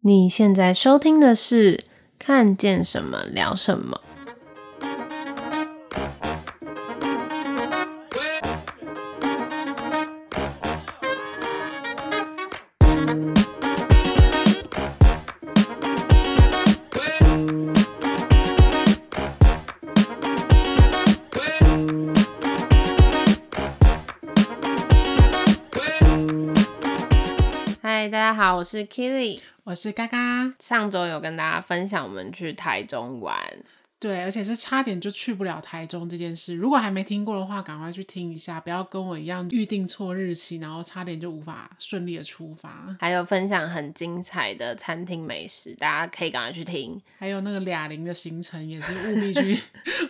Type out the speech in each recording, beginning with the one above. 你现在收听的是《看见什么聊什么》。嗨，大家好，我是 Kili。我是嘎嘎，上周有跟大家分享我们去台中玩，对，而且是差点就去不了台中这件事。如果还没听过的话，赶快去听一下，不要跟我一样预定错日期，然后差点就无法顺利的出发。还有分享很精彩的餐厅美食，大家可以赶快去听。还有那个哑铃的行程也是务 必去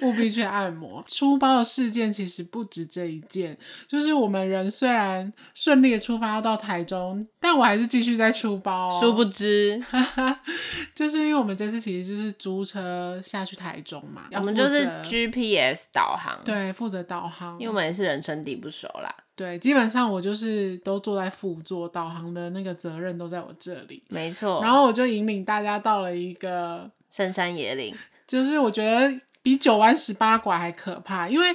务必去按摩。出包的事件其实不止这一件，就是我们人虽然顺利的出发到台中，但我还是继续在出包、哦。殊不知， 就是因为我们这次其实就是租车下去台中嘛，我要们负就责是 GPS 导航，，对负责导航，因为我们也是人生地不熟啦，对，基本上我就是都坐在副座，导航的那个责任都在我这里。没错。然后我就引领大家到了一个，深山野岭，就是我觉得比九弯十八拐还可怕，因为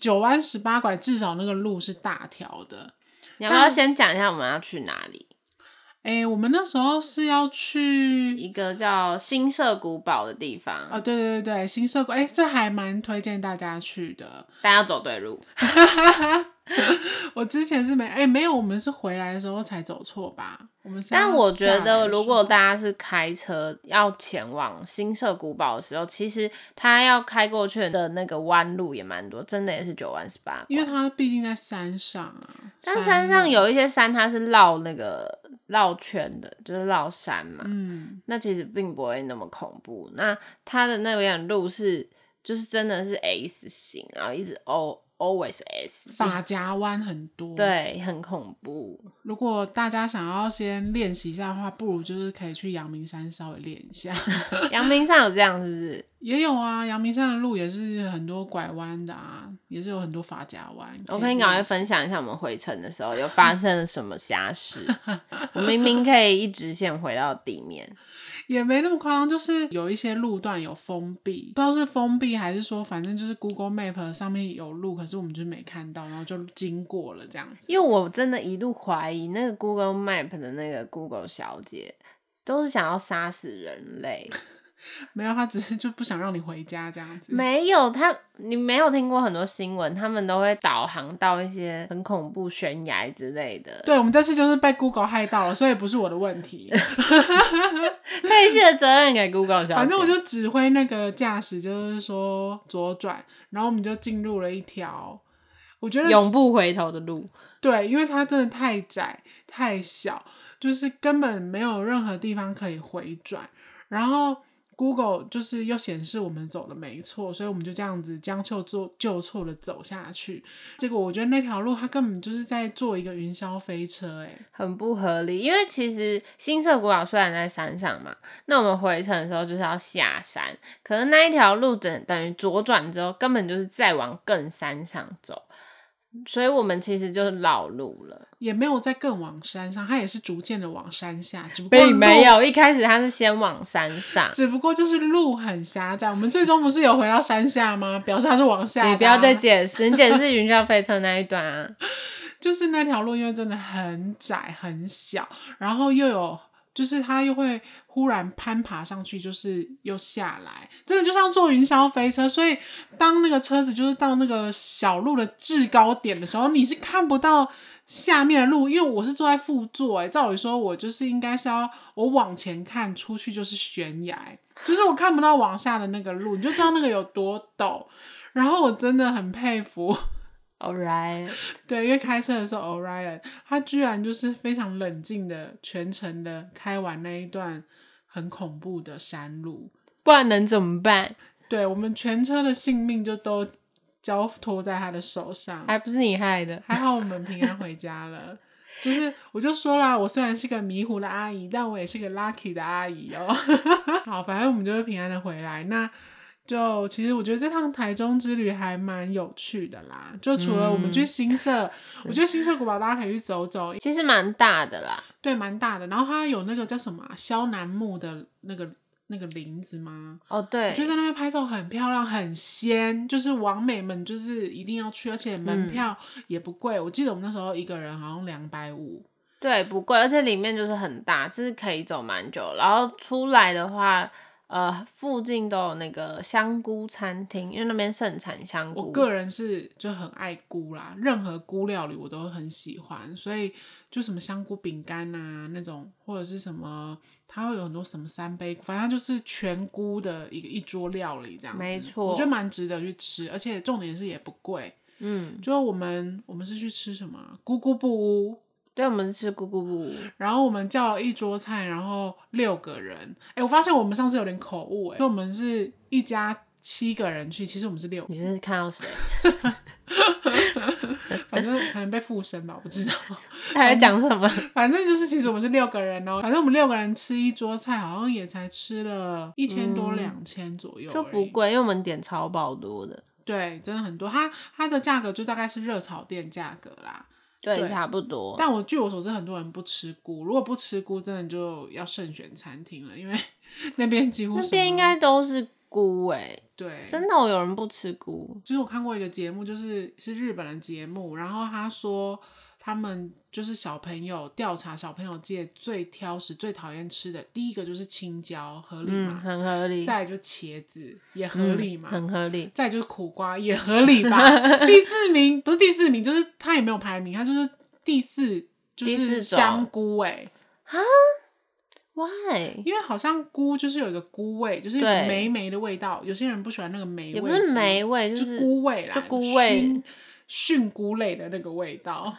九弯十八拐至少那个路是大条的。你要不要但先讲一下我们要去哪里？哎，我们那时候是要去一个叫新社古堡的地方，哦，对对对对，新社谷，哎，这还蛮推荐大家去的。大家要走对路。我之前是没，哎，没有，我们是回来的时候才走错吧？我们是但要我下觉得，来的如时果候大家是开车要前往新社古堡的时候，其实他要开过去的那个弯路也蛮多，真的也是九弯十八因为拐。它毕竟在山上啊，但山上路有一些山，它是绕那个绕圈的，就是绕山嘛。嗯，那其实并不会那么恐怖。那它的那边路是，就是真的是 S 型，然后一直 O always S，就是法夹弯很多。，对，很恐怖。如果大家想要先练习一下的话，不如就是可以去阳明山稍微练一下。 阳明山有这样是不是？也有啊，阳明山的路也是很多拐弯的啊，也是有很多法夹弯。我可跟以你赶快练习分享一下我们回程的时候有发生了什么瞎事。我明明可以一直线回到地面，也没那么夸张，就是有一些路段有封闭，不知道是封闭还是说，反正就是 Google Map 上面有路，可是我们就是没看到，然后就经过了这样子。因为我真的一度怀疑那个 Google Map 的那个 Google 小姐都是想要杀死人 类。没有，他只是就不想让你回家这样子。没有他，你没有听过很多新闻，他们都会导航到一些很恐怖悬崖之类的。对，我们这次就是被 Google 害到了，所以不是我的问题。这一切的责任给 Google 小姐。反正我就指挥那个驾驶，就是说左转，然后我们就进入了一条，我觉得永不回头的路，对，因为它真的太窄太小，就是根本没有任何地方可以回转。然后 Google 就是又显示我们走了没错，所以我们就这样子将错做就错的走下去。结果我觉得那条路它根本就是在做一个云霄飞车、欸，很不合理。因为其实新社古堡虽然在山上嘛，那我们回程的时候就是要下山，可是那一条路等等于左转之后，根本就是再往更山上走，所以我们其实就是老路了，也没有在更往山上，它也是逐渐的往山下，只不过并没路有一开始他是先往山上。只不过就是路很狭窄，我们最终不是有回到山下吗？表示它是往下、啊你不要再，解释，你解释云霄飞车那一段啊。就是那条路因为真的很窄很小，然后又有就是它又会忽然攀爬上去，就是又下来，真的就像坐云霄飞车。所以当那个车子就是到那个小路的制高点的时候，你是看不到。下面的路，因为我是坐在副座、哎，照理说我就是应该是要我往前看出去就是悬崖，就是我看不到往下的那个路，你就知道那个有多陡。然后我真的很佩服， Alright，对，因为开车的时候，Orion 他居然就是非常冷静的全程的开完那一段很恐怖的山路，不然能怎么办？对我们全车的性命就都交托在他的手上。还不是你害的。还好我们平安回家了。就是我就说啦，我虽然是个迷糊的 阿姨，但我也是个 lucky 的阿姨哦。好，反正我们就是平安的回来。那就其实我觉得这趟台中之旅还蛮有趣的啦，就除了我们去新社，我觉得新社古堡大家可以去走走，其实蛮大的啦，对，蛮大的。然后它有那个叫什么啊萧楠木的那个那个林子吗？哦对我觉，得在那边拍照很漂亮，很仙，就是网美们就是一定要去，而且门票嗯也不贵。我记得我们那时候一个人好像两百五，对，不贵，而且里面就是很大，就是可以走蛮久。然后出来的话，呃，附近都有那个香菇餐厅，因为那边盛产香菇。我个人是就很爱菇啦，任何菇料理我都很喜欢，所以就什么香菇饼干啊那种，或者是什么，它会有很多什么三杯菇，反正它就是全菇的一个一桌料理这样子。没错我觉得蛮值得去吃，而且重点是也不贵。嗯，就我们我们是去吃什么啊咕咕不屋，对，我们是吃咕咕布，然后我们叫了一桌菜，然后六个人。哎，我发现我们上次有点口误，哎，就我们是一家七个人去，其实我们是六个你是看到 谁？反正可能被附身吧，我不知道。他在讲什么？反正就是，其实我们是六个人哦，反正我们六个人吃一桌菜，好像也才吃了一千多、两千左右而已，嗯就不贵，因为我们点超爆多的，对，真的很多。它它的价格就大概是热炒店价格啦。对，对差不多。但我据我所知，很多人不吃菇，如果不吃菇，真的就要慎选餐厅了，因为 那边几乎那什边么应该都是菇诶、对真的哦有人不吃菇，就是我看过一个节目，就是是日本的节目，然后他说他们就是小朋友调查小朋友界最挑食、最讨厌吃的，第一个就是青椒，合理嗯，吗？很合理，嗯再来就是茄子，也合理嘛。很合理。再来就是苦瓜，也合理吧。 第四名不是第四名，就是他也没有排名，他就是第四，就第四是种香菇哎、 Why？因为好像菇就是有一个菇味，就是有对霉霉的味道。有些人不喜欢那个霉味，也不是霉味，就是菇味啦，就菇味熏菌菇类的那个味道，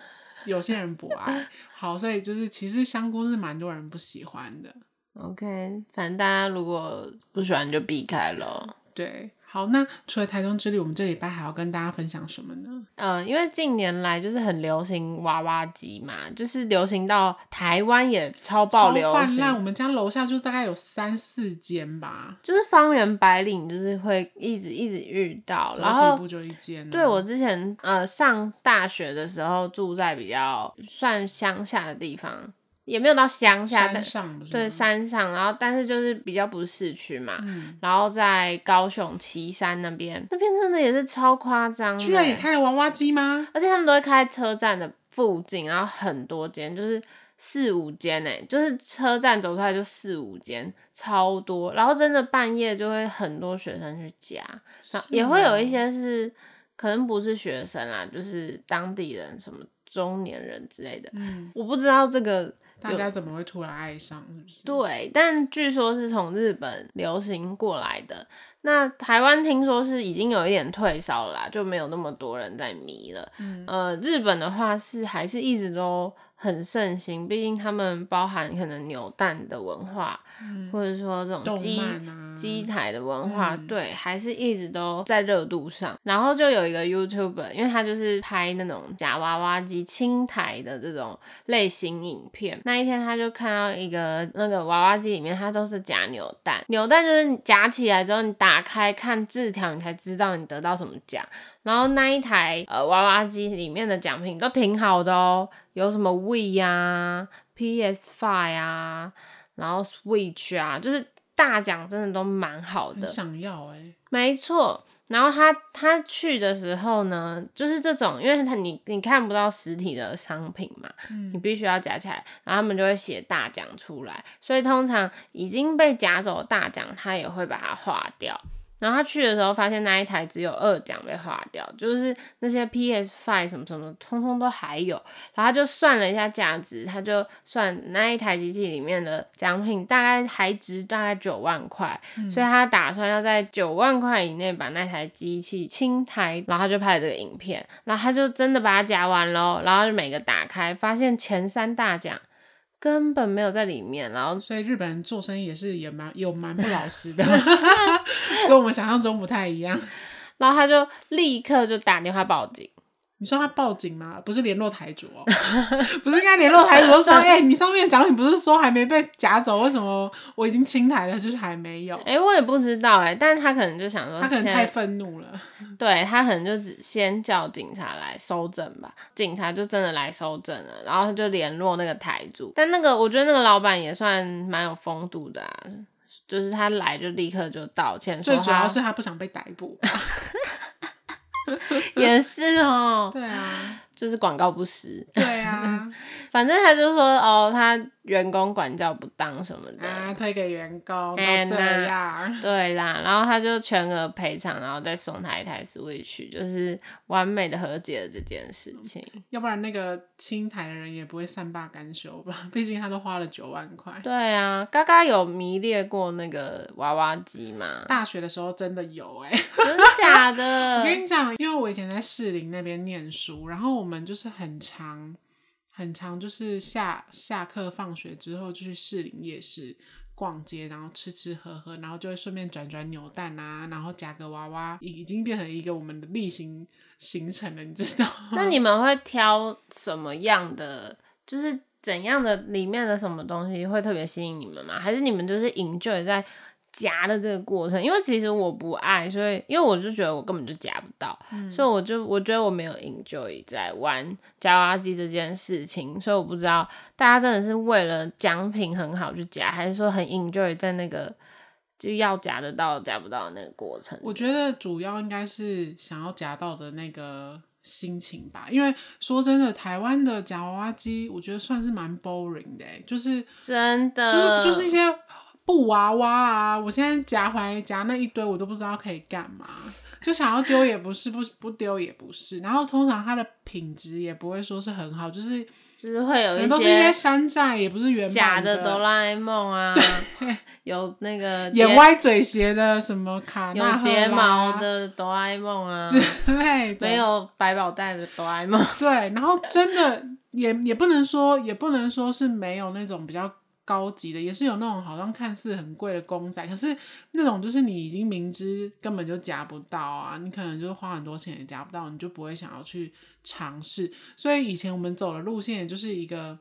有些人不 爱。好，所以就是其实香菇是蛮多人不喜欢的。 OK，反正大家如果不喜欢就避开咯。对，好，那除了台中之旅，我们这礼拜还要跟大家分享什么呢？嗯，因为近年来就是很流行娃娃机嘛，就是流行到台湾也超爆超流泛滥，行，我们家楼下就大概有三四间吧，就是方圆百里你就是会一直一直遇到，走然几后步就一间啊、哦对我之前呃上大学的时候住在比较算乡下的地方，也没有到乡下，但山上不是对吗，山上，然后但是就是比较不是市区嘛，嗯，然后在高雄旗山那边，那边真的也是超夸张的欸，居然也开了娃娃机吗？而且他们都会开车站的附近，然后很多间，就是四五间诶，就是车站走出来就四五间，超多。然后真的半夜就会很多学生去加，然后哦也会有一些是可能不是学生啦，就是当地人什么中年人之类的，嗯，我不知道这个大家怎么会突然爱上？是不是？对，但据说是从日本流行过来的。那台湾听说是已经有一点退烧了啦，就没有那么多人在迷了。嗯呃，日本的话是还是一直都很盛行，毕竟他们包含可能扭蛋的文化，嗯，或者说这种动鸡漫啊，机台的文化，嗯对，还是一直都在热度上。然后就有一个 YouTuber，因为他就是拍那种假娃娃机清台的这种类型影片。那一天他就看到一个那个娃娃机里面，它都是假扭蛋，扭蛋就是你夹起来之后，你打开看字条，你才知道你得到什么奖。然后那一台呃娃娃机里面的奖品都挺好的哦，有什么 We 呀、PS Five 啊，然后 Switch 啊，就是大奖真的都蛮好很的，想要哎、没错。然后他他去的时候呢，就是这种，因为他你你看不到实体的商品嘛，你嗯，必须要夹起来，然后他们就会写大奖出来，所以通常已经被夹走的大奖，他也会把它划掉。然后他去的时候发现那一台只有二奖被划掉，就是那些 PS Five 什么什么，通通都还有。然后他就算了一下价值，他就算那一台机器里面的奖品大概还值大概九万块，嗯所以他打算要在九万块以内把那台机器清台，然后他就拍了这个影片，然后他就真的把它夹完喽，然后就每个打开，发现前三大奖根本没有在里面，然后所以日本人做生意也是也蛮有蛮不老实 的，跟我们想象中不太一样。 然后他就立刻就打电话报警，你说他报警吗？不是联络台主哦， 不是应该联络台主就说，哎、你上面的奖品不是说还没被夹走，为什么我已经清台了，就是还没有？哎、我也不知道哎、但是他可能就想说，他可能现在太愤怒了，对他可能就只先叫警察来收证吧，警察就真的来收证了，然后他就联络那个台主，但那个我觉得那个老板也算蛮有风度的、啊，就是他来就立刻就道歉，说最主要他是他不想被逮 捕。也是哦，对啊，就是广告不实，对啊，反正他就说哦，他员工管教不当什么的，啊，推给员工都哎这那样，对啦，然后他就全额赔偿，然后再送他一台 Switch，就是完美的和解了这件事情。要不然那个清台的人也不会善罢甘休吧？毕竟他都花了九万块。？对啊，嘎嘎有迷恋过那个娃娃机吗大学的时候真的有哎、真的假 我的？跟你讲，因为我以前在士林那边念书，然后我们就是很常、很常，就是下下课、放学之后就去士林夜市逛街，然后吃吃喝喝，然后就会顺便转转扭蛋啊，然后夹个娃娃，已已经变成一个我们的例行行程了，你知道吗？ 那你们会挑什么样的？就是怎样的里面的什么东西会特别吸引你们吗？还是你们就是 enjoy 在夹的这个过程？因为其实我不爱，所以因为我就觉得我根本就夹不到，嗯所以我就我觉得我没有 enjoy 在玩夹娃娃机这件事情，所以我不知道大家真的是为了奖品很好去夹，还是说很 enjoy 在那个就要夹得到夹不到的那个过程？我觉得主要应该是想要夹到的那个心情吧，因为说真的，台湾的夹娃娃机，我觉得算是蛮 boring 的、欸，就是真就是的就是一些布娃娃啊，我现在夹回来夹那一堆，我都不知道可以干嘛，就想要丢也不是，不不丢也不是，然后通常它的品质也不会说是很好，就是就是会有可一些能都是一些山寨，也不是原假版的哆啦 A 梦 啊，有那个眼睫歪嘴斜的什么卡纳有赫睫拉毛 的哆啦 A 梦啊，之类的，没有百宝袋的哆啦 A 梦， 对，然后真的也也不能说，也不能说是没有那种比较高级的，也是有那种好像看似很贵的公仔，可是那种就是你已经明知根本就夹不到啊，你可能就花很多钱也夹不到，你就不会想要去尝试。所以以前我们走的路线也就是一个。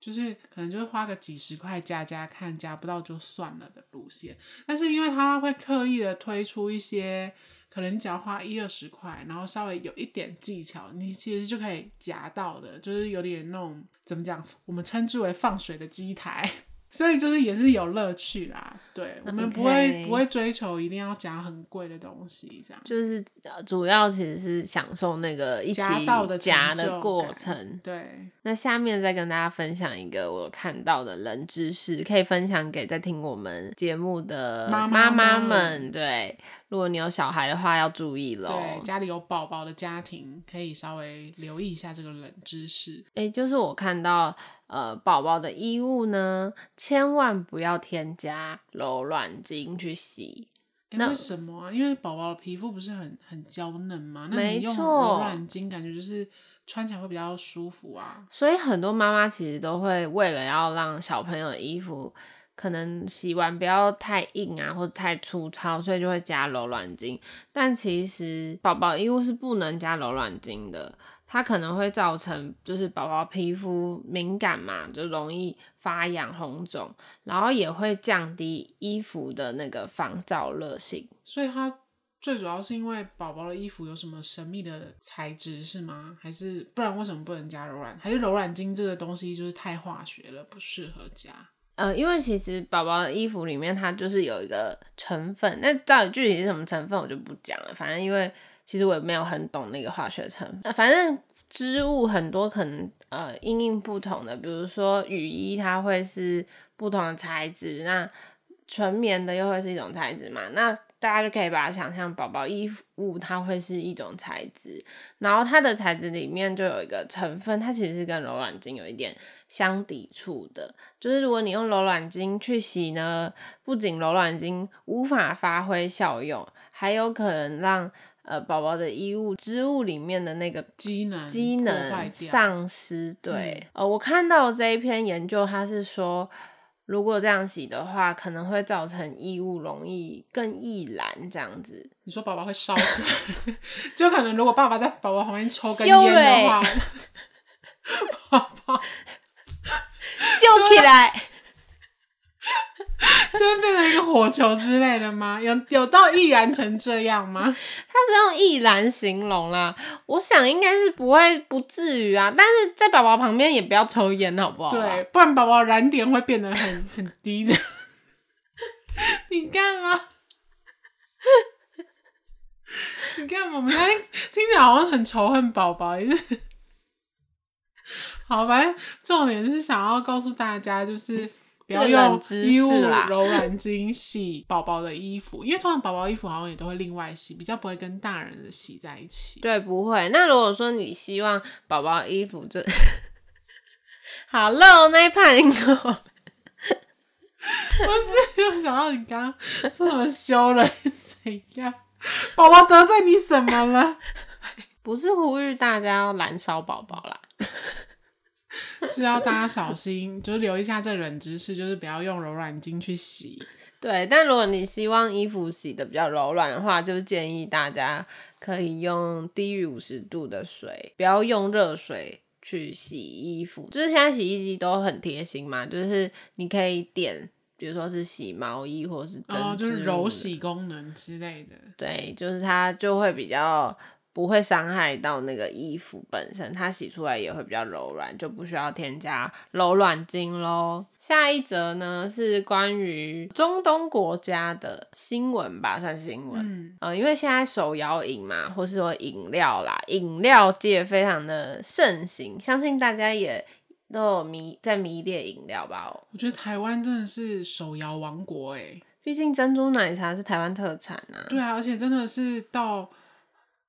就是可能就会花个几十块加加看，加不到就算了的路线，但是因为他会刻意的推出一些可能你只要花一二十块，然后稍微有一点技巧，你其实就可以夹到的，就是有点那种怎么讲，我们称之为放水的机台， 所以就是也是有乐趣啦。对，我们不会 OK 不会追求一定要夹很贵的东西这样。就是呃主要其实是享受那个一起夹到的成夹就的感过程。对，那下面再跟大家分享一个我看到的冷知识，可以分享给在听我们节目的妈妈妈妈们们。对，如果你有小孩的话，要注意喽。对，家里有宝宝的家庭可以稍微留意一下这个冷知识。诶、就是我看到呃宝宝的衣物呢，千万不要添加柔软巾去洗。诶那为什么啊？因为宝宝的皮肤不是很很娇嫩嘛，那没你用错柔软巾，感觉就是穿起来会比较舒服啊。所以很多妈妈其实都会为了要让小朋友的衣服可能洗完不要太硬啊，或者太粗糙，所以就会加柔软巾。但其实宝宝衣物是不能加柔软巾的，它可能会造成就是宝宝皮肤敏感嘛，就容易发痒红肿，然后也会降低衣服的那个防燥热性。所以它最主要是因为宝宝的衣服有什么神秘的材质是吗？还是不然为什么不能加柔软？还是柔软巾这个东西就是太化学了，不适合加？呃，因为其实宝宝的衣服里面它就是有一个成分，那到底具体是什么成分我就不讲了。反正因为其实我也没有很懂那个化学成分，呃、反正织物很多可能呃因应不同的，比如说雨衣它会是不同的材质，那纯棉的又会是一种材质嘛，那大家就可以把它想象宝宝衣物它会是一种材质，然后它的材质里面就有一个成分，它其实是跟柔软巾有一点相抵触的，就是如果你用柔软巾去洗呢，不仅柔软巾无法发挥效用，还有可能让呃宝宝的衣物织物里面的那个机能机破能坏掉，嗯哦丧失。对，呃，我看到这一篇研究，它是说。如果这样洗的话，可能会造成衣物容易更易燃这样 子。你说宝宝会烧起来， 就可能如果爸爸在宝宝旁边抽根烟的话，宝宝秀起来， 就会变成一个火球之类的吗？有有到易燃成这样吗？它是用易燃形容啦。我想应该是不会不至于啊，但是在宝宝旁边也不要抽烟，好不好、啊？对，不然宝宝燃点会变得很很低的。 你啊干嘛？ 你干嘛？我们刚才听起来好像很仇恨宝宝，也是。 好，反正重点是想要告诉大家，就是不要用衣物柔软巾洗宝宝的衣服，因为通常宝宝衣服好像也都会另外洗，比较不会跟大人的洗在一起。对，不会。那如果说你希望宝宝衣服就 好露那怕你口。 不是，我想到你刚刚说什么羞了怎样？ 宝宝得罪你什么了？ 不是呼吁大家要燃烧宝宝啦，是要大家小心，就是留一下这冷知识，就是不要用柔软巾去洗。对，但如果你希望衣服洗的比较柔软的话，就建议大家可以用低于五十度的水，不要用热水。去洗衣服，就是现在洗衣机都很贴心嘛，就是你可以点，比如说是洗毛衣或是针织、哦，就是柔洗功能之类的。对，就是它就会比较不会伤害到那个衣服本身，它洗出来也会比较柔软，就不需要添加柔软巾喽。下一则呢是关于中东国家的新闻吧，算新闻。嗯、呃，因为现在手摇饮嘛，或是说饮料啦，饮料界非常的盛行，相信大家也都有迷在迷恋饮料吧、哦。我觉得台湾真的是手摇王国哎、毕竟珍珠奶茶是台湾特产啊。对啊，而且真的是到。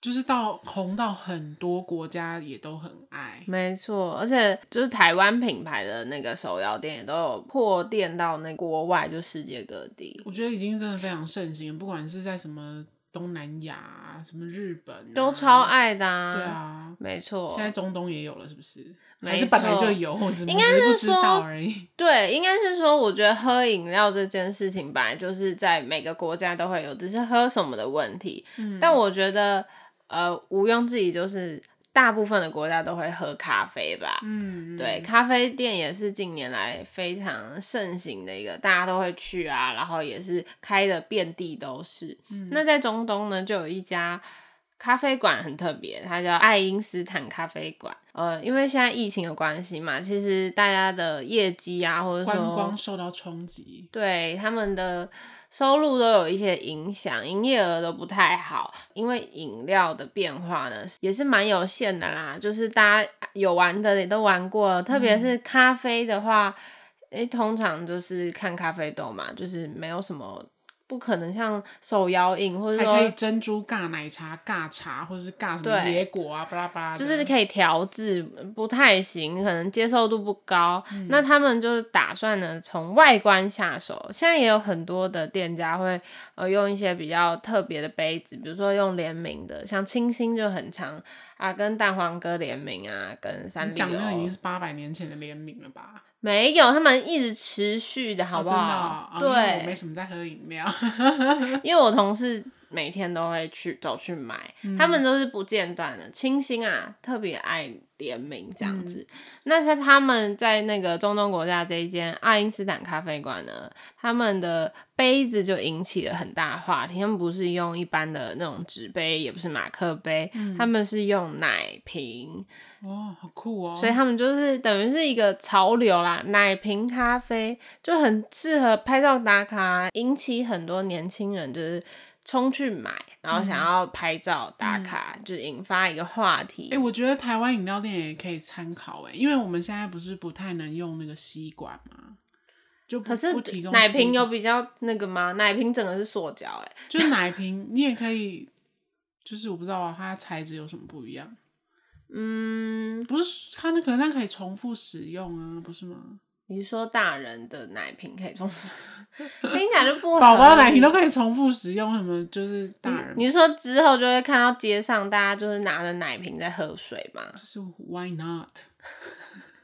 就是到红到很多国家也都很爱，没错，而且就是台湾品牌的那个手摇店也都有扩店到那国外，就世界各地，我觉得已经真的非常盛行，不管是在什么东南亚、啊、什么日本、啊，都超爱的、啊。对，啊，没错现，在中东也有了，是不是？没还是本来错就有，我只应我该只是不是知说道而已。对，应该是说，我觉得喝饮料这件事情本来就是在每个国家都会有，只是喝什么的问题。嗯嗯但我觉得，呃，毋庸置疑，就是大部分的国家都会喝咖啡吧。嗯，对，咖啡店也是近年来非常盛行的一个，大家都会去啊，然后也是开的遍地都是。嗯那在中东呢，就有一家咖啡馆很特别，它叫爱因斯坦咖啡馆。呃，因为现在疫情的关系嘛，其实大家的业绩啊，或者说观光受到冲击，对他们的收入都有一些影响，营业额都不太好，因为饮料的变化呢也是蛮有限的啦。就是大家有玩的也都玩过了，特别是嗯咖啡的话，诶、通常就是看咖啡豆嘛，就是没有什么不可能像手摇饮或者还可以说。珍珠尬奶茶、尬茶，或者是尬什么对野果啊，巴拉巴拉的，就是可以调制，不太行，可能接受度不高。那嗯他们就是打算呢，从外观下手。现在也有很多的店家会呃用一些比较特别的杯子，比如说用联名的，像清新就很常啊，跟蛋黄哥联名啊，跟三你丽讲那个已鸥经是八百年前的联名了吧？没有，他们一直持续的好哦不真的好哦、？哦因为我没对，什么在喝饮 料。因为我同事。每天都会去走去买，他们都是不间断的。清新啊，特别爱联名这样子。那在他们在那个中东国家这一间爱因斯坦咖啡馆呢，他们的杯子就引起了很大话题。他们不是用一般的那种纸杯，也不是马克杯，他们是用奶瓶，哇，好酷哦！所以他们就是等于是一个潮流啦。奶瓶咖啡就很适合拍照打卡，啊引起很多年轻人就是冲去买，然后想嗯要拍照打卡，就引发一个话题。哎、嗯我觉得台湾饮料店也可以参考哎、因为我们现在不是不太能用那个吸管嘛，就不可是不提供奶吸瓶有管，比较那个吗？奶瓶整个是塑胶、欸，就奶瓶你也可以，就是我不知道、啊、它材质有什么不一样，嗯，不是它那可能它可以重复使用啊，不是吗？你是说大人的奶瓶可以重复， 听起来就不宝宝合奶理瓶都可以重复使用，什么就是大人你是说之后就会看到街上大家就是拿着奶瓶在喝水吗？就是 why not？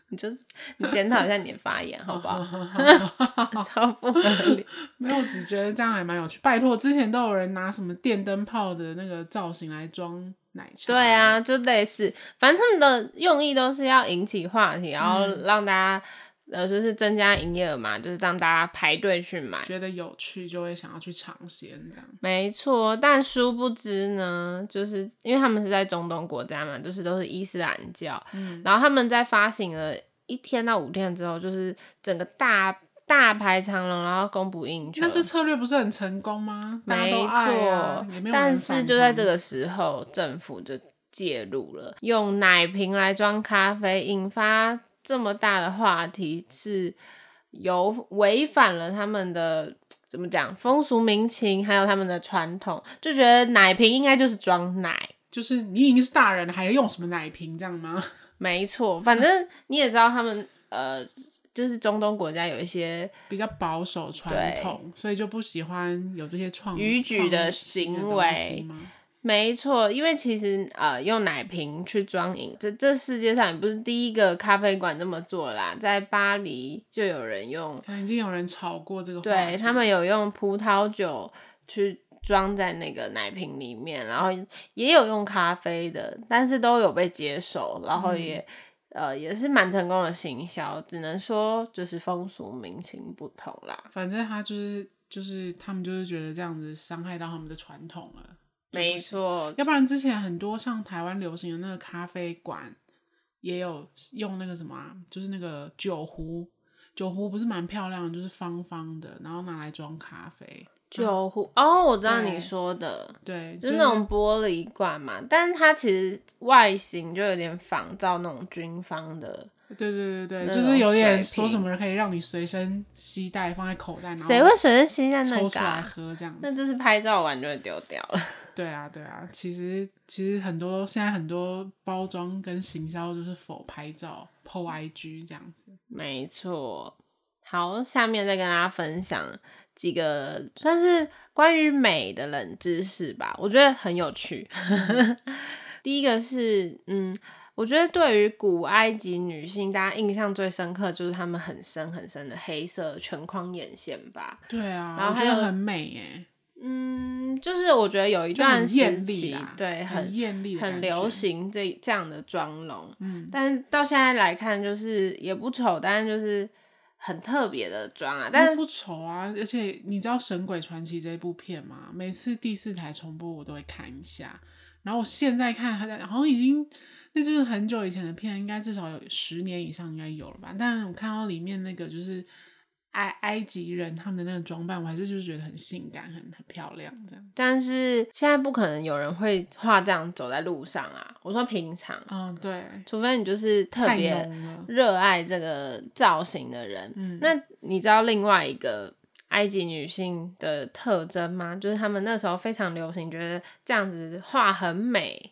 你就你检讨一下你的发言，好不哦好？ 超不合理。 没有，我只觉得这样还蛮有趣。拜托，之前都有人拿什么电灯泡的那个造型来装奶茶。对，啊，就类似，反正他们的用意都是要引起话题，然后嗯让大家、呃，就是增加营业额嘛，就是让大家排队去买。觉得有趣就会想要去尝鲜这样。没错，但殊不知呢，就是因为他们是在中东国家嘛，就是都是伊斯兰教，嗯然后他们在发行了一天到五天之后，就是整个大大排长龙，然后供不应求。那这策略不是很成功吗？大家没都错，爱啊，也没有人但是反就在弹这个时候，政府就介入了，用奶瓶来装咖啡，引发这么大的话题，是有违反了他们的。怎么讲风俗民情，还有他们的传统，就觉得奶瓶应该就是装奶，就是你已经是大人了，还用什么奶瓶这样吗？ 没错。反正你也知道他们呃，就是中东国家有一些比较保守传统，所以就不喜欢有这些创逾矩的创新的行东为西吗？没错，因为其实呃，用奶瓶去装饮，这这世界上也不是第一个咖啡馆这么做啦。在巴黎就有人用，可能已经有人吵过这个话题，对他们有用葡萄酒去装在那个奶瓶里面，然后也有用咖啡的，但是都有被接受，然后也、呃也是蛮成功的行销，只能说就是风俗民情不同啦。反正他就是就是他们就是觉得这样子伤害到他们的传统了。没错，要不然之前很多像台湾流行的那个咖啡馆，也有用那个什么、啊，就是那个酒壶，酒壶不是蛮漂亮的，就是方方的，然后拿来装咖啡。酒壶哦，我知道你对说的。对，就是那种玻璃罐嘛，但是它其实外形就有点仿照那种军方的，对对对那对，就种是有点水说瓶什么可以让你随身携带放在口袋，然后谁会随身携带那抽个出来啊、喝这样那子？就是拍照完就会丢掉了。 对啊对啊，其实其实很多现在很多包装跟行销就是否拍照、PO IG 这样子。没错，好，下面再跟大家分享几个算是关于美的冷知识吧，我觉得很有趣。嗯 第一个是，嗯，我觉得对于古埃及女性，大家印象最深刻就是她们很深很深的黑色全框眼线吧。对啊，然后我觉还有得很美耶，嗯，就是我觉得有一就很段时艳丽期啦，，对，很很艳丽，很流。行这这样的妆容，嗯，但是到现在来看，就是也不丑，但是就是很特别的妆啊。但但是不丑啊，而且你知道《神鬼传奇》这部片吗？每次第四台重播我都会看一下，然后我现在看好像好像已经那就是很久以前的片，应该至少有十年以上应该有了吧。但我看到里面那个就是埃埃及人他们的那个装扮，我还是就是觉得很性感，很很漂亮这样。但是现在不可能有人会化这样走在路上啊。我说平常，嗯，对，除非你就是特太别浓了。热爱这个造型的人。嗯那你知道另外一个埃及女性的特征吗？就是她们那时候非常流行，觉得这样子画很美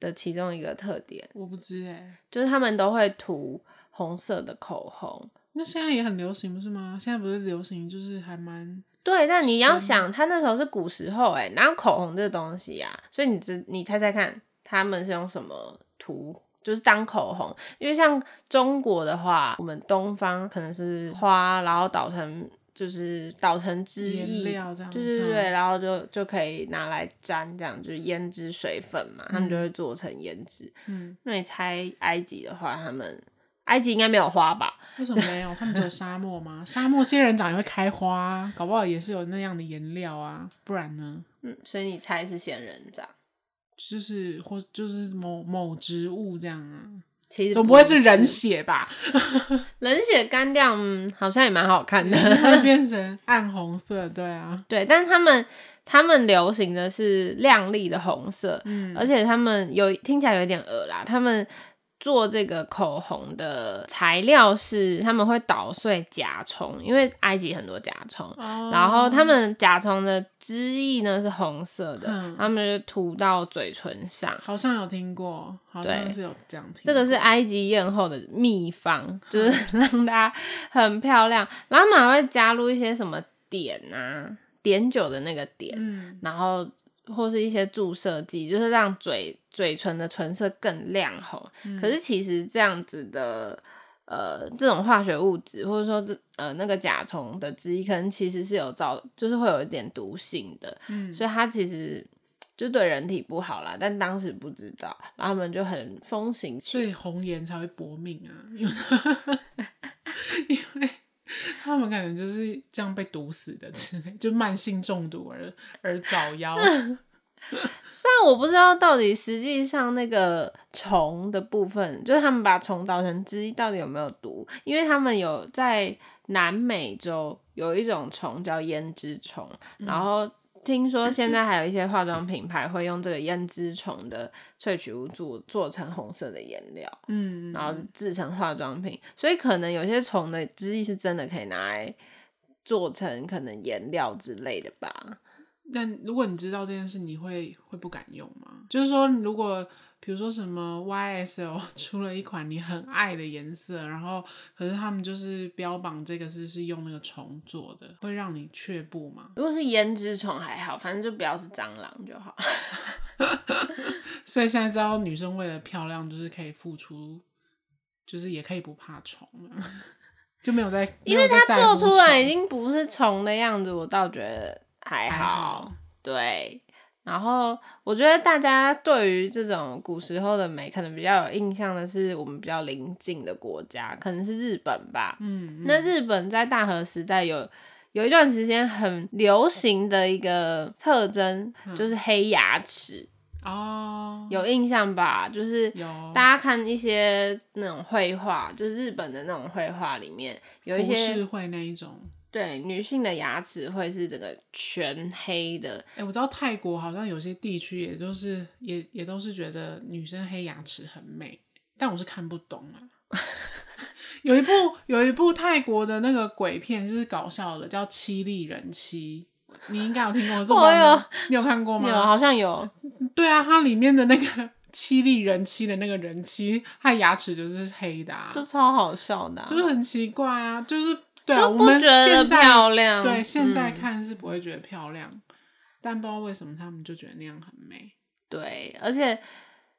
的其中一个特点，我不知哎、就是她们都会涂红色的口红。那现在也很流行不是吗？现在不是流行就是还蛮对，但你要是想，她那时候是古时候、欸，哎，哪有口红这东西呀、啊？所以你知，你猜猜看，他们是用什么涂？就是当口红，因为像中国的话，我们东方可能是花，然后捣成就是捣成汁颜液，料这样，对对嗯对，然后就就可以拿来沾，这样就是胭脂水粉嘛，他们就嗯会做成胭脂。嗯，那你猜埃及的话，他们埃及应该没有花吧？为什么没有？他们只有沙漠 吗？沙漠仙人掌也会开花啊，搞不好也是有那样的颜料啊，不然呢？嗯，所以你猜是仙人掌？就是或就是某某植物这样啊，其实总不会是是人血吧？冷血干掉，嗯，好像也蛮好看 只是的。 会变成暗红色，对啊，对，但他们他们流行的是亮丽的红色，嗯，而且他们有听起来有点恶啦，他们做这个口红的材料是他们会捣碎甲虫，因为埃及很多甲虫。哦然后他们甲虫的汁液呢是红色的，嗯他们就涂到嘴唇上。好像有听过，好对像是有这样听过，这个是埃及艳后的秘嗯方，就是让大家很漂亮。然后他们还会加入一些什么碘啊，碘酒的那个碘，嗯然后或是一些注射剂，就是让嗯嘴嘴唇的唇色更亮红。可是其实这样子的呃这种化学物质，或者说这呃那个甲虫的汁液，可能其实是有造，就是会有一点毒性的，嗯所以它其实就对人体不好啦。但当时不知道，然后他们就很风行所起以红颜才会搏命啊，因 为因为他们可能就是这样被毒死的之类，就慢性中毒而而早夭。虽然我不知道到底实际上那个虫的部分，就是他们把虫捣成汁液到底有没有毒，因为他们有在南美洲有一种虫叫胭脂虫，然后听说现在还有一些化妆品牌会用这个胭脂虫的萃取物做做成红色的颜料，嗯，然后制成化妆品，所以可能有些虫的汁液是真的可以拿来做成可能颜料之类的吧。但如果你知道这件事，你会会不敢用吗？就是说，如果比如说什么 YSL 出了一款你很爱的颜色，然后可是他们就是标榜这个是是用那个虫做的，会让你却步吗？如果是胭脂虫还好，反正就不要是蟑螂就好。所以现在知道女生为了漂亮，就是可以付出，就是也可以不怕虫了， 就没有在 因为它做出来已经经不是虫的样子，我倒觉得还好。还好，对，然后我觉得大家对于这种古时候的美，可能比较有印象的是我们比较邻近的国家，可能是日本吧。嗯，嗯那日本在大和时代有有一段时间很流行的一个特征，就是黑牙齿，哦有印象吧？就是有大家看一些那种绘画，就是日本的那种绘画里面有一浮世些绘那一种。对女性的牙齿会是整个全黑的，哎、我知道泰国好像有些地区，也就是也也都是觉得女生黑牙齿很美，但我是看不懂啊。 有一部有一部泰国的那个鬼片，就是搞笑的，叫《七丽人妻》，你应该有听过这部我有吗，你有看过吗？有啊好像有对啊，它里面的那个七粒人妻的那个人妻，他牙齿就是黑的、啊，就超好笑的啊、就是很奇怪啊，就是对啊，就我不们觉得现在漂亮。对现在嗯看是不会觉得漂亮，但不知道为什么他们就觉得那样很美。对，而且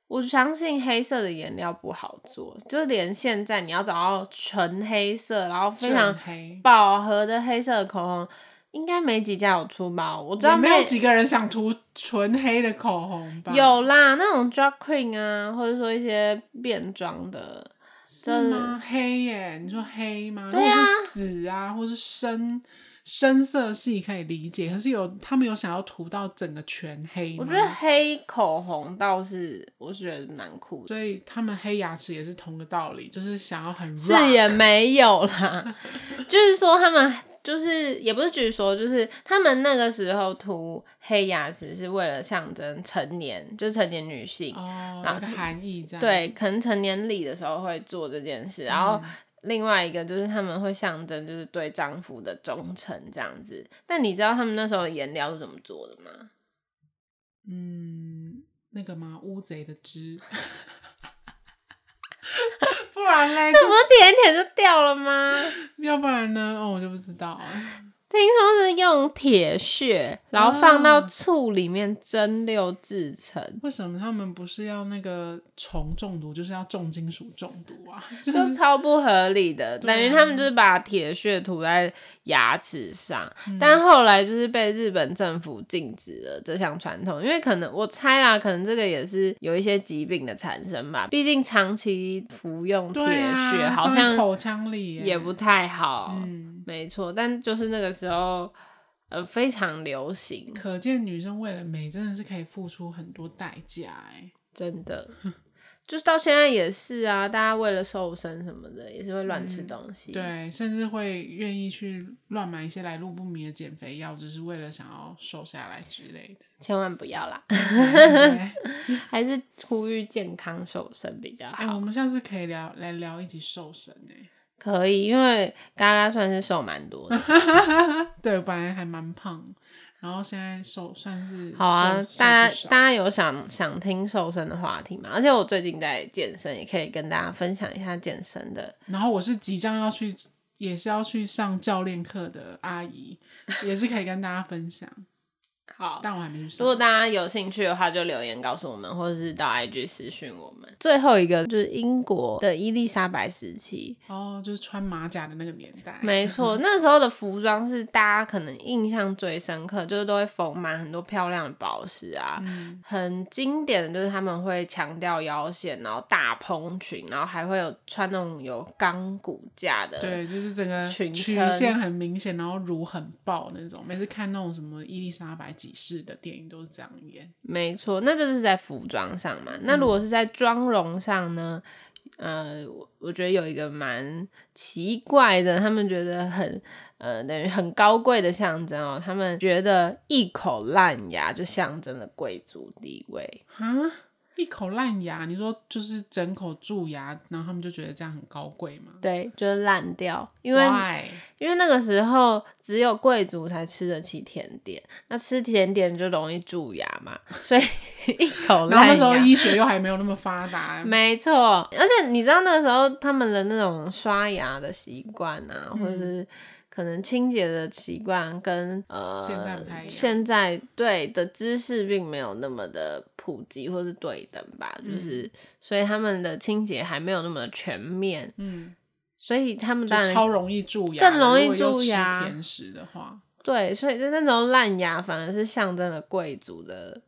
我相信黑色的颜料不好做，就连现在你要找到纯黑色，然后非常正黑，饱和的黑色的口红，应该没几家有出吧？我知也道没卖有几个人想涂纯黑的口红吧？有啦，那种 drag queen 啊，或者说一些变装的，是吗？黑耶，你说黑吗？对啊如果是紫啊，或是深深色系可以理解，可是有他们有想要涂到整个全黑吗，我觉得黑口红倒是我觉得蛮酷的，所以他们黑牙齿也是同个道理，就是想要很 rock, 是也没有 啦，就是说他们。就是也不是据说，就是他们那个时候涂黑牙齿是为了象征成年，就成年女性。哦，然有后个是含义这样。对，可能成年礼的时候会做这件嗯事，然后另外一个就是他们会象征就是对丈夫的忠诚这样子。但你知道他们那时候的颜料是怎么做的吗？嗯，那个吗？乌贼的汁， 不然嘞，这不是舔一舔就掉了吗？就要不然呢？哦，我就不知道啊了。听说是用铁屑，然后放到醋里面蒸馏制成，为什么他们不是要那个虫中毒，就是要重金属中毒啊？ 就就是超不合理的。对啊等于他们就是把铁屑涂在牙齿上，嗯但后来就是被日本政府禁止了这项传统，因为可能我猜啦，可能这个也是有一些疾病的产生吧。毕竟长期服用铁对啊，屑、好放在像口腔里耶也不太好。嗯。没错，但就是那个时候，呃，非常流行。可见女生为了美真的是可以付出很多代价哎，真的，就是到现在也是啊，大家为了瘦身什么的，也是会乱吃东西。，嗯对，甚至会愿意去乱买一些来路不明的减肥药，只是为了想要瘦下来之 类的。千万不要啦，哎、还是呼吁健康瘦身比较哎好。我们下次可以聊来聊一集瘦身哎、可以，因为嘎嘎算是瘦蛮多的。嗯对，我本来还蛮胖，然后现在瘦算是好啊瘦，瘦大家不少大家有想想听瘦身的话题吗？而且我最近在健身，也可以跟大家分享一下健身的。然后我是即将要去， 也是要去上教练课的阿姨，也是可以跟大家分享。好，但我还没去如上。果大家有兴趣的话，就留言告诉我们，或者是到 IG 私讯我们。最后一个就是英国的伊丽莎白时期，哦，就是穿马甲的那嗯个年代，没错，那时候的服装是大家可能印象最深刻，就是都会缝满很多漂亮的宝石啊，嗯很经典的就是他们会强调腰线，然后大蓬裙，然后还会有穿那种有钢骨架的，对，就是整个裙曲撑线很明显，然后乳很爆那种。每次看那种什么伊丽莎白几世的电影都是这样演。没错，那这是在服装上嘛。那如果是在妆容上呢？呃，我我觉得有一个蛮奇怪的，他们觉得很呃等于很高贵的象征哦。他们觉得一口烂牙就象征了贵族地位。哈，一口烂牙，你说就是整口蛀牙，然后他们就觉得这样很高贵吗？对，就是烂掉，因因为因为那个时候只有贵族才吃得起甜点，那吃甜点就容易蛀牙嘛，所以 一口然后烂牙。那时候医学又还没有那么发达，没错，而且你知道那个时候他们的那种刷牙的习惯啊，嗯或者是可能清洁的习惯，跟呃现在不太一样现在对的知识并没有那么的普及或是对等吧，嗯就是、所以他们的清洁还没有那么的全面，嗯，所以他们就当然超容易蛀牙，更容易如果又蛀吃牙甜食的话，对，所以就那种烂牙反而是象征了贵族的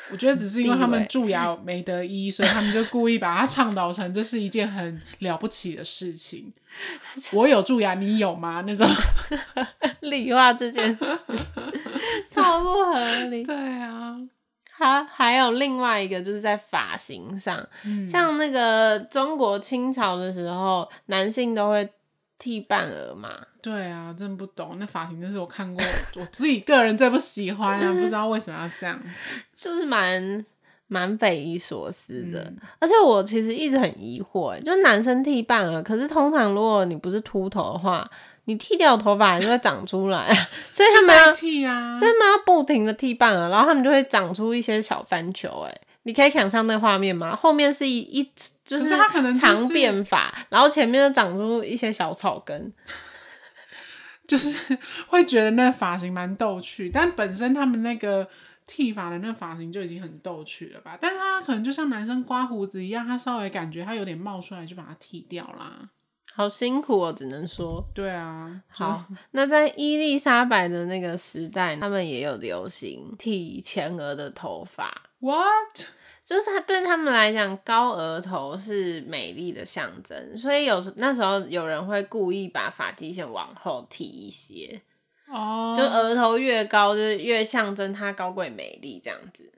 我觉得只是因为他地们位蛀牙没得医，所以他们就故意把它倡导成这是一件很了不起的 事情。我有蛀牙，你有吗？那种理化这件事， 超不合理。对啊，还还有另外一个就是在发型上，嗯像那个中国清朝的时候，男性都会剃半额嘛，对啊，真不懂。那法庭真是我看过，我自己个人最不喜欢啊，不知道为什么要这样子。就是蛮蛮匪夷所思的。嗯而且我其实一直很疑惑，欸就男生剃半额，可是通常如果你不是秃头的话，你剃掉头发还是会长出来，啊所以他们要代替啊，所以他们要不停的剃半额，然后他们就会长出一些小山丘、哎，你可以想象那个画面吗？后面是一一就可是它可能就是长辫发，然后前面就长出一些小草根。就是会觉得那发型蛮逗趣，但本身他们那个剃发的那发型就已经很逗趣了吧？但是他可能就像男生刮胡子一样，他稍微感觉他有点冒出来，就把它剃掉啦。好辛苦哦，只能说对啊，就好。那在伊丽莎白的那个时代，他们也有流行剃前额的头发， ，what？就是他对他们来讲，高额头是美丽的象征，所以有时那时候有人会故意把发际线往后剃一些，哦、就额头越高，就是越象征她高贵美丽这样子。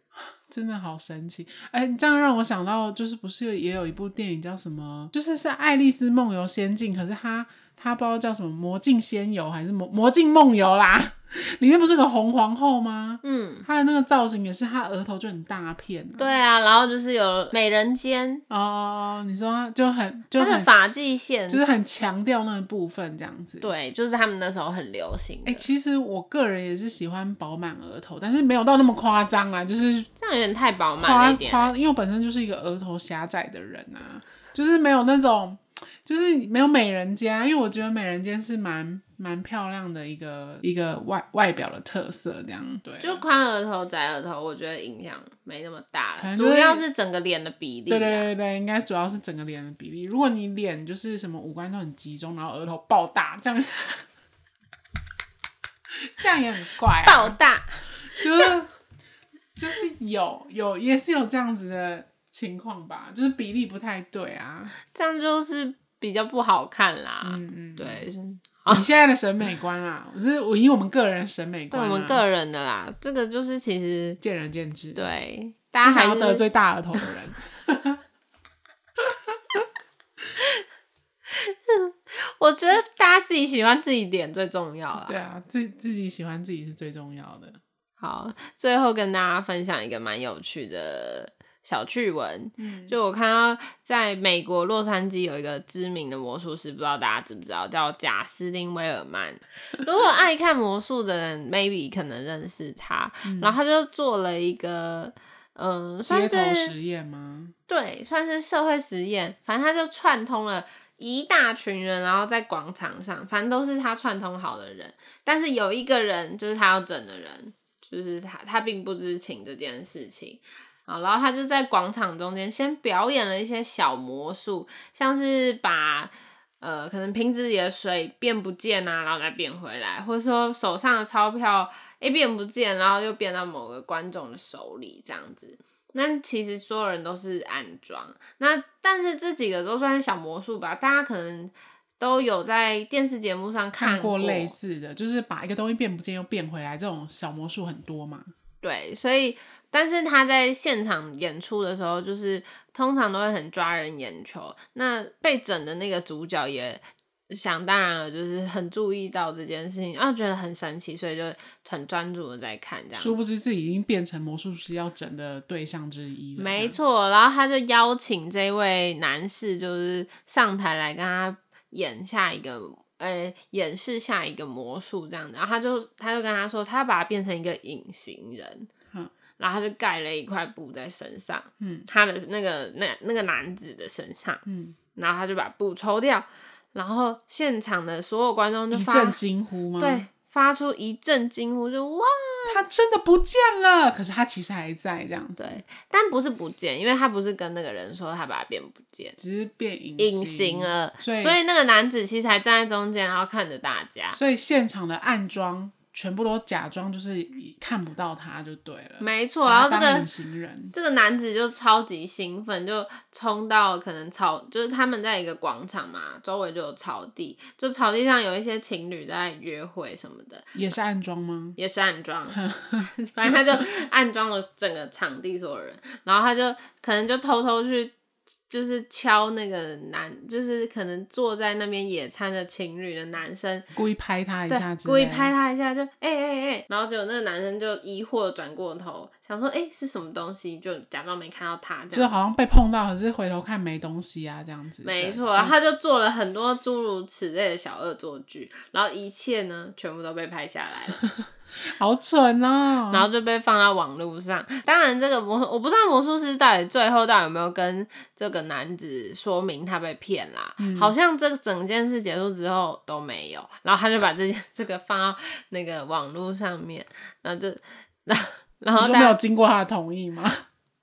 真的好神奇！哎、你这样让我想到，就是不是也有一部电影叫什么？就是是《爱丽丝梦游仙境》，可是它它不知道叫什么《魔镜仙游》还是魔《魔镜梦游》啦。 里面不是有个红皇后吗？嗯，她的那个造型也是，她额头就很大片、啊。对啊，然后就是有美人尖，哦，你说她就很就她的很发际线，就是很强调那个部分这样子。。对，就是他们那时候很流行的哎、其实我个人也是喜欢饱满额头，但是没有到那么夸张啦，就是这样有点太饱满了夸一点。欸夸，因为我本身就是一个额头狭窄的人啊，就是没有那种，就是没有美人尖啊、因为我觉得美人尖是蛮蛮漂亮的一个一个外外表的特色，这样对啊、就宽额头、窄额头，我觉得影响没那么大可了，能主就是要是整个脸的比例啊对对啦。对对，应该主要是整个脸的比例。如果你脸就是什么五官都很集中，然后额头爆大，这样 这样也很怪、啊，爆大，就是就是有有也是有这样子的情况吧，就是比例不太对啊。这样就是比较不好看啦。嗯嗯，啊对，是你现在的审美观啦，我是我以我们个人审美对观、我啊，们个人的啦，这个就是其实见仁见智，，对大不家还想要是得罪大额头的人。我觉得大家自己喜欢自己脸最重要啦。 对啊，自自己喜欢自己是最重要的。好，最后跟大家分享一个蛮有趣的小趣闻。嗯，就我看到，在美国洛杉矶有一个知名的魔术师，不知道大家知不知道，叫贾斯汀·威尔曼。如果爱看魔术的人，maybe 可能认识他。然后他就做了一个，嗯、算嗯街是头实验吗？对，算是社会实验，反正他就串通了一大群人，然后在广场上，反正都是他串通好的人，但是有一个人就是他要整的人，就是他他并不知情这件事情。好，然后他就在广场中间先表演了一些小魔术，像是把呃可能瓶子里的水变不见啊，然后再变回来，或者说手上的钞票诶变不见，然后又变到某个观众的手里这样子。那其实所有人都是暗装，那但是这几个都算是小魔术吧，大家可能都有在电视节目上看过过类似的，就是把一个东西变不见又变回来，这种小魔术很多嘛。对，所以但是他在现场演出的时候，就是通常都会很抓人眼球。那被整的那个主角也想当然了，就是很注意到这件事情，然后觉得很神奇，所以就很专注的在看这样殊不知自己已经变成魔术师要整的对象之一了。没错，然后他就邀请这位男士，就是上台来跟他演下一个，呃，演示下一个魔术这样子。然后他就他就跟他说，他把他变成一个隐形人，嗯然后他就盖了一块布在身上，嗯他的那个那那个男子的身上，这样，然后他就把布抽掉，然后现场的所有观众就嗯，一发阵惊呼吗？对，发出一阵惊呼，就哇。他真的不见了，可是他其实还在这样子，对，但不是不见，因为他不是跟那个人说他把它变不见，只是变隐隐形。了，所以那个男子其实还站在中间，然后看着大家。所以现场的暗装全部都假装就是看不到他就对了，没错，然后这把他当个隐形人，这个男子就超级兴奋，就冲到可能草，就是他们在一个广场嘛，周围就有草地，就草地上有一些情侣在约会什么的，也是暗装吗？也是暗 装，反正他就暗装了整个场地所有人，然后他就可能就偷偷去。就是敲那个男，就是可能坐在那边野餐的情侣的男生，故意拍他一对下，之类故的，意拍他一下，就哎哎哎，然后结果那个男生就疑惑转过头，想说哎、欸是什么东西，就假装没看到他这就样。好像被碰到，可是回头看没东西啊，这样子。没对错，就然后他就做了很多诸如此类的小恶作剧，然后一切呢全部都被拍下来了，好蠢哦。然后就被放到网络上。当然，这个魔我不知道魔术师到底最后到底有没有跟这个男子说明他被骗啦，嗯好像这整件事结束之后都没有，然后他就把这件 这个放到那个网络上面，然后就 然后然后你大说没家有经过他的同意吗？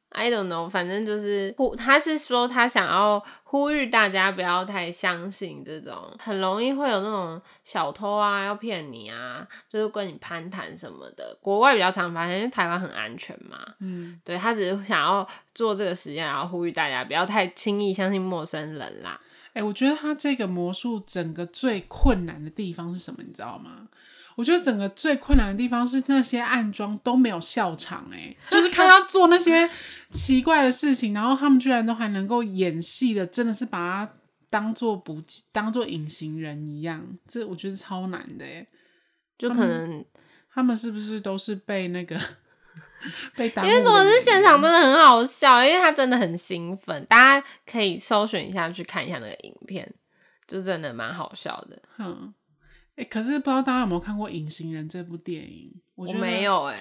I don't know，反正就是呼，他是说他想要呼吁大家不要太相信这种，很容易会有那种小偷啊，要骗你啊，就是跟你攀谈什么的。国外比较常发现，因为台湾很安全嘛。嗯，对他只是想要做这个实验，然后呼吁大家不要太轻易相信陌生人啦。哎、我觉得他这个魔术整个最困难的地方是什么？你知道吗？我觉得整个最困难的地方是那些暗装都没有笑场、哎，就是看他做那些奇怪的事情，然后他们居然都还能够演戏的，真的是把他当做不当做隐形人一样，这我觉得超难的、哎，就可能、他们是不是都是被那个被打？因为我是现场真的很好笑，因为他真的很兴奋，大家可以搜寻一下去看一下那个影片，就真的蛮好笑的。嗯，哎、可是不知道大家有没有看过《隐形人》这部电影？我我觉得没，有哎、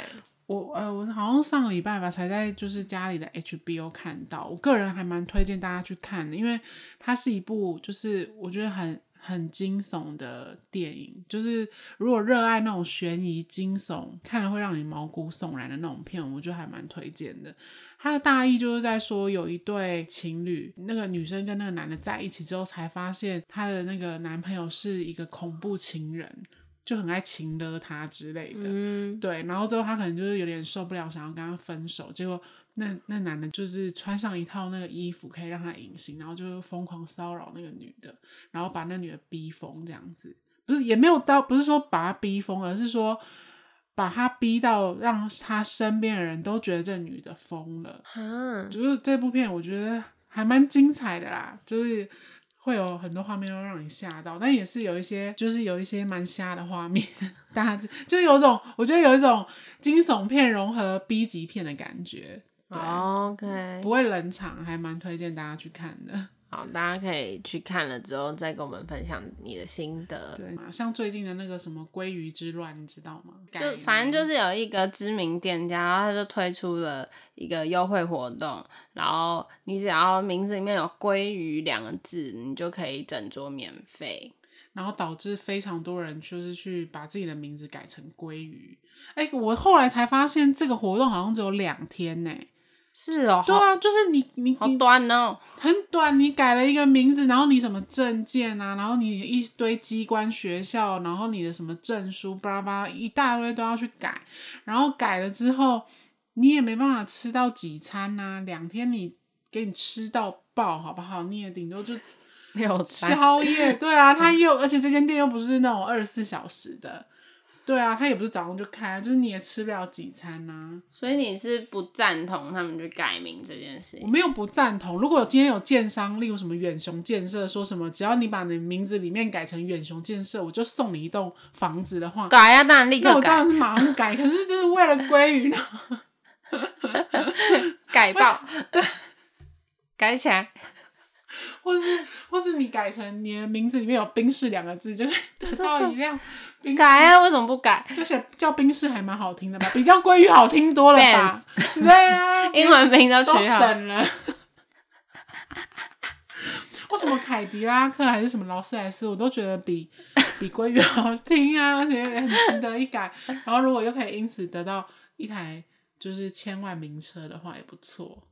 我呃，我好像上礼拜吧，才在就是家里的 HBO 看到。我个人还蛮推荐大家去看的，因为它是一部就是我觉得很很惊悚的电影。就是如果热爱那种悬疑惊悚，看了会让你毛骨悚然的那种片，我觉得还蛮推荐的。它的大意就是在说，有一对情侣，那个女生跟那个男的在一起之后，才发现她的那个男朋友是一个恐怖情人，就很爱情勒她之类的。嗯，对，然后之后他可能就是有点受不了，想要跟他分手。结果那那男的就是穿上一套那个衣服，可以让他隐形，然后就疯狂骚扰那个女的，然后把那女的逼疯这样子。不是也没有到，不是说把她逼疯，而是说把她逼到让她身边的人都觉得这女的疯了。哈，就是这部片，我觉得还蛮精彩的啦，就是会有很多画面都让你吓到，但也是有一些，就是有一些蛮瞎的画面，大家就就是有一种，我觉得有一种惊悚片融合 B 级片的感觉，对， OK，不会冷场，还蛮推荐大家去看的。好，大家可以去看了之后再跟我们分享你的心得。对，啊像最近的那个什么《鲑鱼之乱》，你知道吗？改就反正名就是有一个知名店家，然后他就推出了一个优惠活动，然后你只要名字里面有“鲑鱼”两个字，你就可以整桌免费。然后导致非常多人就是去把自己的名字改成鲑鱼。哎，我后来才发现这个活动好像只有两天呢、是哦，对好，啊，就是你你好你短哦，很短，你改了一个名字，然后你什么证件啊，然后你一堆机关学校，然后你的什么证书，巴拉巴拉一大堆都要去改，然后改了之后，你也没办法吃到几餐呐、两天你给你吃到爆，好不好？你也顶多 就六餐，宵夜，对啊，他又而且这间店又不是那种二十四小时的，对啊，他也不是早上就开，就是你也吃不了几餐呐、啊所以你是不赞同他们去改名这件事我情？没有不赞同。如果今天有建商，例如什么远雄建设，说什么只要你把你的名字里面改成远雄建设，我就送你一栋房子的话，改啊，当然立那刻我改当然，是马上改。可是就是为了鲑鱼呢，改爆，改起来，或是或是你改成你的名字里面有冰室两个字，就会得到一辆冰室。改啊，为什么不改？而且叫冰室还蛮好听的吧，比叫鲑鱼好听多了吧？ 对啊，英文名都都取好，省了。 为什么凯迪拉克还是什么劳斯莱斯，我都觉得比比鲑鱼好听啊，而且很值得一改。然后如果又可以因此得到一台就是千万名车的话，也不错。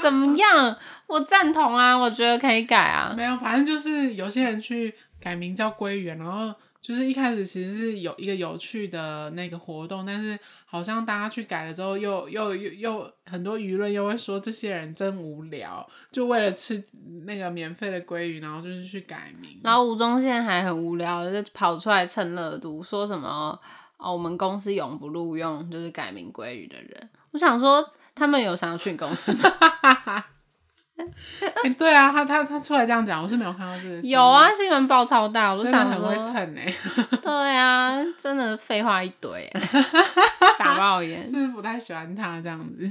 怎么样？我赞同啊，我觉得可以改啊。没有，反正就是有些人去改名叫鲑鱼，啊然后就是一开始其实是有一个有趣的那个活动，但是好像大家去改了之后又，又又又很多舆论又会说这些人真无聊，就为了吃那个免费的鲑鱼，然后就是去改名。然后吴宗宪还很无聊，就跑出来蹭热度，说什么哦，我们公司永不录用就是改名鲑鱼的人。我想说，他们有想要去你公司吗？诶对啊，他他他出来这样讲，我是没有看到这个。 有啊，，新闻报超大，我就真的想很会说，蹭哎、 对啊，真的废话一堆，欸 傻爆眼。是不太喜欢他这样子。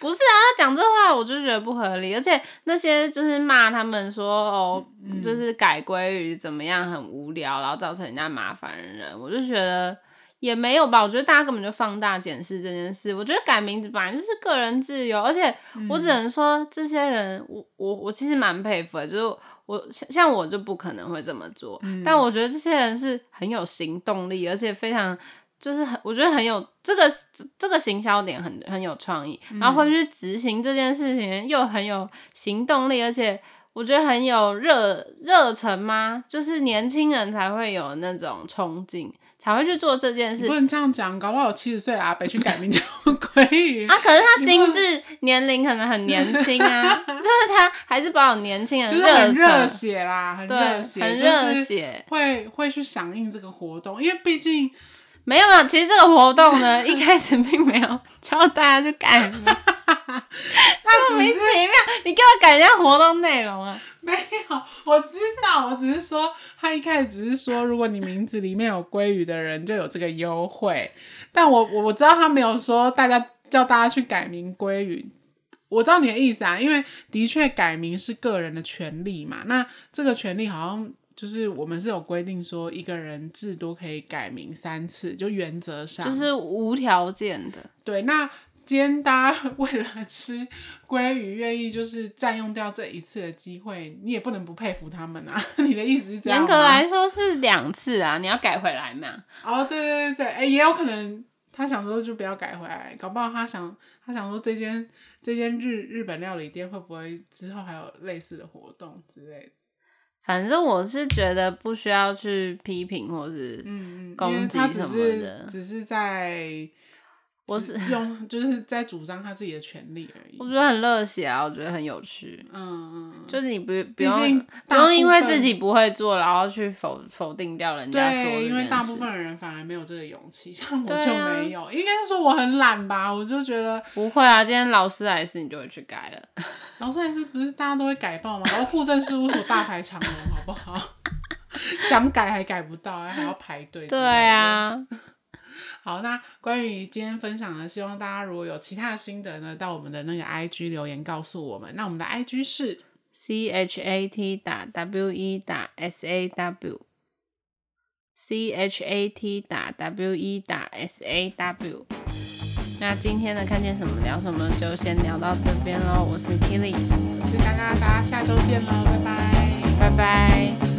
不是啊，他讲这话我就觉得不合理，而且那些就是骂他们说哦，就是改归于怎么样很无聊，然后造成人家麻烦的人，我就觉得也没有吧。我觉得大家根本就放大检视这件事。我觉得改名字本来就是个人自由，而且我只能说这些人，我我我其实蛮佩服的，就是我像像我就不可能会这么做，但我觉得这些人是很有行动力，而且非常就是很，我觉得很有这个这这个行销点很很有创意，然后会去执行这件事情又很有行动力，而且我觉得很有热热忱吗？就是年轻人才会有那种冲劲，才会去做这件事不。能这样讲，搞不好七十岁了阿北去改名叫鲑鱼啊，可是他你不心智年龄可能很年轻啊， 就是他还是保有年轻人就是很热忱，血啦，很对，热血，很就热是血。会会去响应这个活动，因为毕竟没有没有，其实这个活动呢，一开始并没有教大家去改 名，他莫只名是其妙，你给我改人家活动内容啊！没有，我知道，我只是说他一开始只是说，如果你名字里面有鲑鱼的人就有这个优惠，但我我我知道他没有说大家叫大家去改名鲑鱼。我知道你的意思啊，因为的确改名是个人的权利嘛。那这个权利好像就是我们是有规定说，一个人至多可以改名三次，就原则上就是无条件的，对，那今天大家 为了吃鲑鱼，愿意就是占用掉这一次的机会，你也不能不佩服他们啊！ 你的意思是这样严吗？格来说是两次啊，你要改回来嘛。哦，对对对对，哎、也有可能他想说就不要改回来，搞不好他想他想说这间这间日日本料理店会不会之后还有类似的活动之类的？反正我是觉得不需要去批评或是嗯嗯，因为攻击他只什么是的。只是在。 我只用就是在主张他自己的权利而已。我嗯觉得很热血啊，我觉得很有趣。嗯，嗯就是你不不毕竟用不大部用因为自分己不会做，然后去否否定掉人家做这件对，事。因为大部分人反而没有这个勇气，像我对就啊没有。应该是说我很懒吧，我就觉得不会啊，今天劳斯莱斯你就会去改了。劳斯莱斯不是大家都会改报吗？然后户政事务所大排长龙，好不好？ 想改还改不到，还要排队。对。啊，好，那关于今天分享呢，希望大家如果有其他的心得呢，到我们的那个 IG 留言告诉我们。那我们的 IG 是 C H A T 打 W E 打 S A W。C H A T 打 W E 打 S A W。那今天的看见什么聊什么就先聊到这边喽，我是 Tilly，我是是嘎嘎，大家下周见喽，拜拜。拜拜。